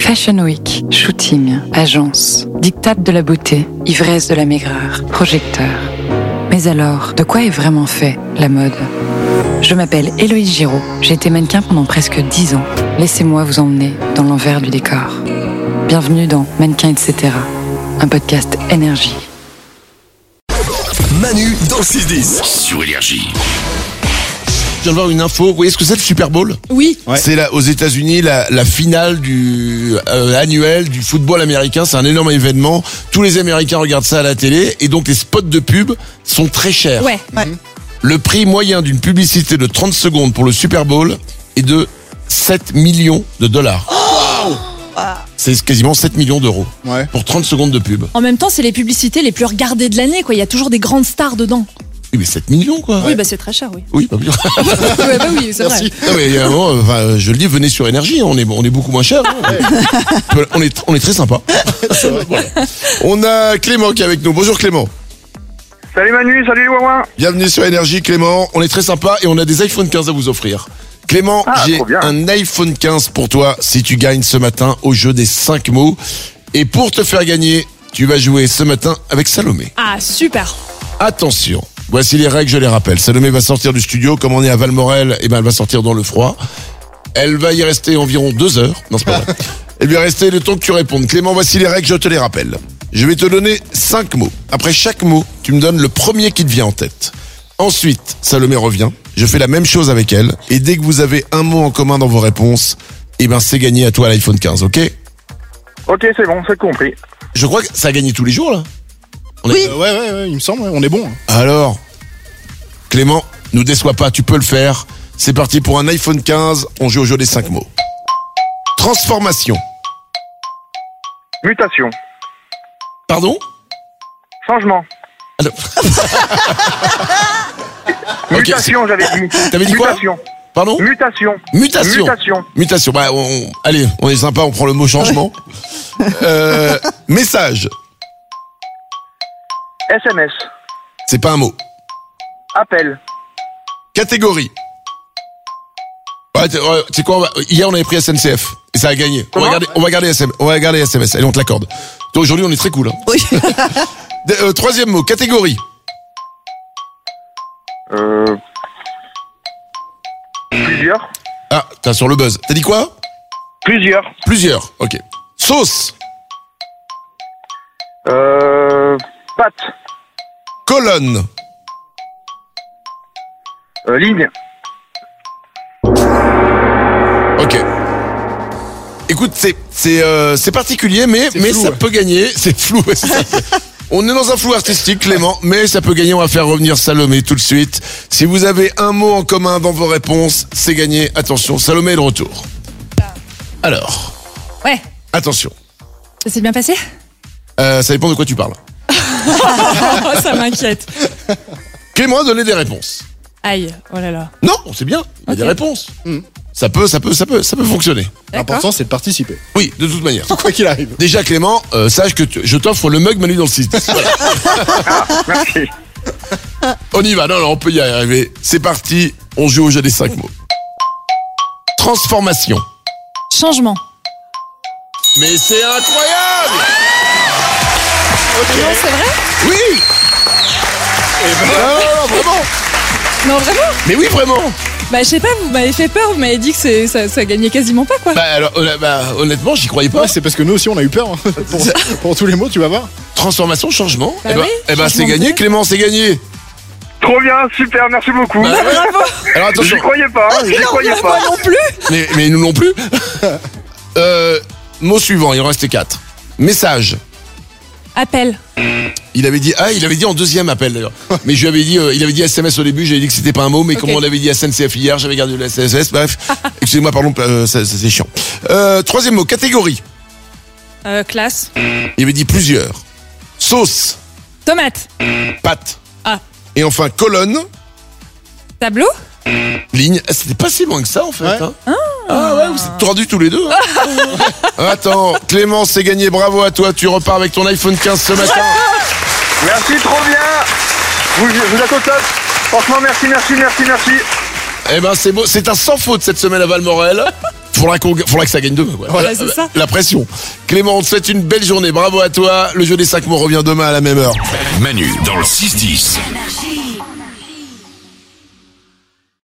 Fashion Week, shooting, agence, dictate de la beauté, ivresse de la maigreur, projecteur. Mais alors, de quoi est vraiment fait la mode Je m'appelle Héloïse Giraud, j'ai été mannequin pendant presque 10 ans. Laissez-moi vous emmener dans l'envers du décor. Bienvenue dans Mannequin etc., un podcast énergie. Manu dans le 6-10. sur Énergie. Je viens de voir une info. Vous voyez ce que c'est le Super Bowl Oui, C'est là aux États-Unis la, la finale du euh, annuel du football américain. C'est un énorme événement. Tous les Américains regardent ça à la télé et donc les spots de pub sont très chers. ouais. Le prix moyen d'une publicité de 30 secondes pour le Super Bowl est de 7 millions de dollars. c'est quasiment 7 millions d'euros Ouais. pour 30 secondes de pub. En même temps, c'est les publicités les plus regardées de l'année, quoi. Il y a toujours des grandes stars dedans. Oui, mais 7 millions quoi. Oui, bah c'est très cher, oui. Oui, pas bien. ouais, bah oui, c'est vrai. Non, mais il y a un moment, euh, enfin, euh, je le dis, venez sur énergie, on est, on est beaucoup moins cher. hein. Voilà, on, est, on est très sympa. Voilà. On a Clément qui est avec nous. Bonjour Clément. Salut Manu, salut les Wawa. Bienvenue sur énergie Clément. On est très sympa et on a des iPhone 15 à vous offrir. Clément, Ah, j'ai trop bien. un iPhone 15 pour toi si tu gagnes ce matin au jeu des 5 mots. Et pour te faire gagner, tu vas jouer ce matin avec Salomé. Ah, super. Attention. Voici les règles, je les rappelle. Salomé va sortir du studio. Comme on est à Valmorel, eh ben, elle va sortir dans le froid. Elle va y rester environ deux heures. Non, c'est pas vrai. Elle va rester le temps que tu répondes. Clément, voici les règles, je te les rappelle. Je vais te donner cinq mots. Après chaque mot, tu me donnes le premier qui te vient en tête. Ensuite, Salomé revient. Je fais la même chose avec elle. Et dès que vous avez un mot en commun dans vos réponses, eh ben, c'est gagné à toi l'iPhone 15, ok? Ok, c'est bon, c'est compris. Je crois que ça a gagné tous les jours, là. On est- Euh, ouais, ouais, ouais, il me semble, ouais, on est bon. hein. Alors, Clément, nous déçois pas, tu peux le faire. C'est parti pour un iPhone 15, on joue au jeu des 5 mots. Transformation. Mutation, Pardon changement. Ah non. Ok, c'est- Mutation, j'avais dit. T'avais dit quoi Mutation. Pardon Mutation. Mutation. Mutation. Mutation. Bah, on- allez, on est sympa, on prend le mot changement. Euh, message. SMS. C'est pas un mot. Appel. Catégorie. Ouais, t'es- ouais, tu sais quoi on va- Hier, on avait pris SNCF. Et ça a gagné. On va, Comment garder, on, va garder SM, on va garder SMS. Allez, on te l'accorde. Toi, Aujourd'hui, on est très cool. hein. Oui. De- euh, troisième mot, catégorie. Euh... Plusieurs. Ah, t'as sur le buzz. T'as dit quoi Plusieurs. Plusieurs, ok. Sauce, Euh... Pattes. colonne. Euh, ligne. Ok. Écoute, c'est c'est euh, c'est particulier, mais mais flou, ça ouais. peut gagner. C'est flou. ouais, c'est ça. On est dans un flou artistique, Clément, mais ça peut gagner. On va faire revenir Salomé tout de suite. Si vous avez un mot en commun dans vos réponses, c'est gagné. Attention, Salomé est de retour. Alors, Ouais. attention. Ça s'est bien passé Euh, ça dépend de quoi tu parles. Oh, ça m'inquiète. Clément a donné des réponses. Aïe, oh là là. Non, c'est bien. Il y a des Ok. réponses. Ça peut, ça peut, ça peut, ça peut fonctionner. D'accord. L'important, c'est de participer. Oui, de toute manière. Quoi qu'il arrive. Déjà Clément, euh, sache que tu- je t'offre le mug Manu dans le site. Voilà. Merci. On y va, non, non, on peut y arriver. C'est parti, on joue au jeu des 5 mots. Transformation. Changement. Mais c'est incroyable Non, Oh, c'est vrai Ah Oui Eh ben. Non, non, non, vraiment Non, vraiment Mais oui, vraiment Bah, je sais pas, vous m'avez fait peur, vous m'avez dit que c'est- ça, ça gagnait quasiment pas, quoi. Bah alors, hon- bah, honnêtement, j'y croyais pas. Ouais, c'est parce que nous aussi, on a eu peur. hein. Pour, pour tous les mots, tu vas voir. Transformation, changement. Bah eh ben, oui, eh ben, c'est changement de gagné, tête. Clément, c'est gagné Trop bien, super, merci beaucoup. Bah, ouais. Alors J'y attention, croyais pas, hein, j'y croyais pas. moi non plus mais, mais nous non plus. Euh, mot suivant, il en restait 4. Message. Appel. Il avait dit ah il avait dit en deuxième appel d'ailleurs. Mais je lui avais dit euh, il avait dit SMS au début, j'avais dit que c'était pas un mot, mais Ok. comme on avait dit SNCF hier, j'avais gardé le SNCF. Bref, excusez-moi, pardon, euh, ça- ça, c'est chiant. Euh, troisième mot, catégorie. Euh, classe. Il avait dit plusieurs. Sauce, Tomate. pâte. Ah. Et enfin colonne, Tableau. ligne. Ah, C'était pas si loin que ça en fait. Ouais. hein. Ah ouais, vous êtes tordus tous les deux. hein. Attends, Clément, c'est gagné. Bravo à toi. Tu repars avec ton iPhone 15 ce matin. Merci, trop bien. Vous, vous êtes au top. Franchement, merci, merci, merci, merci. Eh ben c'est beau, c'est un sans faute cette semaine à Valmorel. faudra, qu'on- faudra que ça gagne demain. quoi. Voilà, La- c'est ça. La pression. Clément, on te souhaite une belle journée. Bravo à toi. Le jeu des 5 mots revient demain à la même heure. Manu dans le 6-10.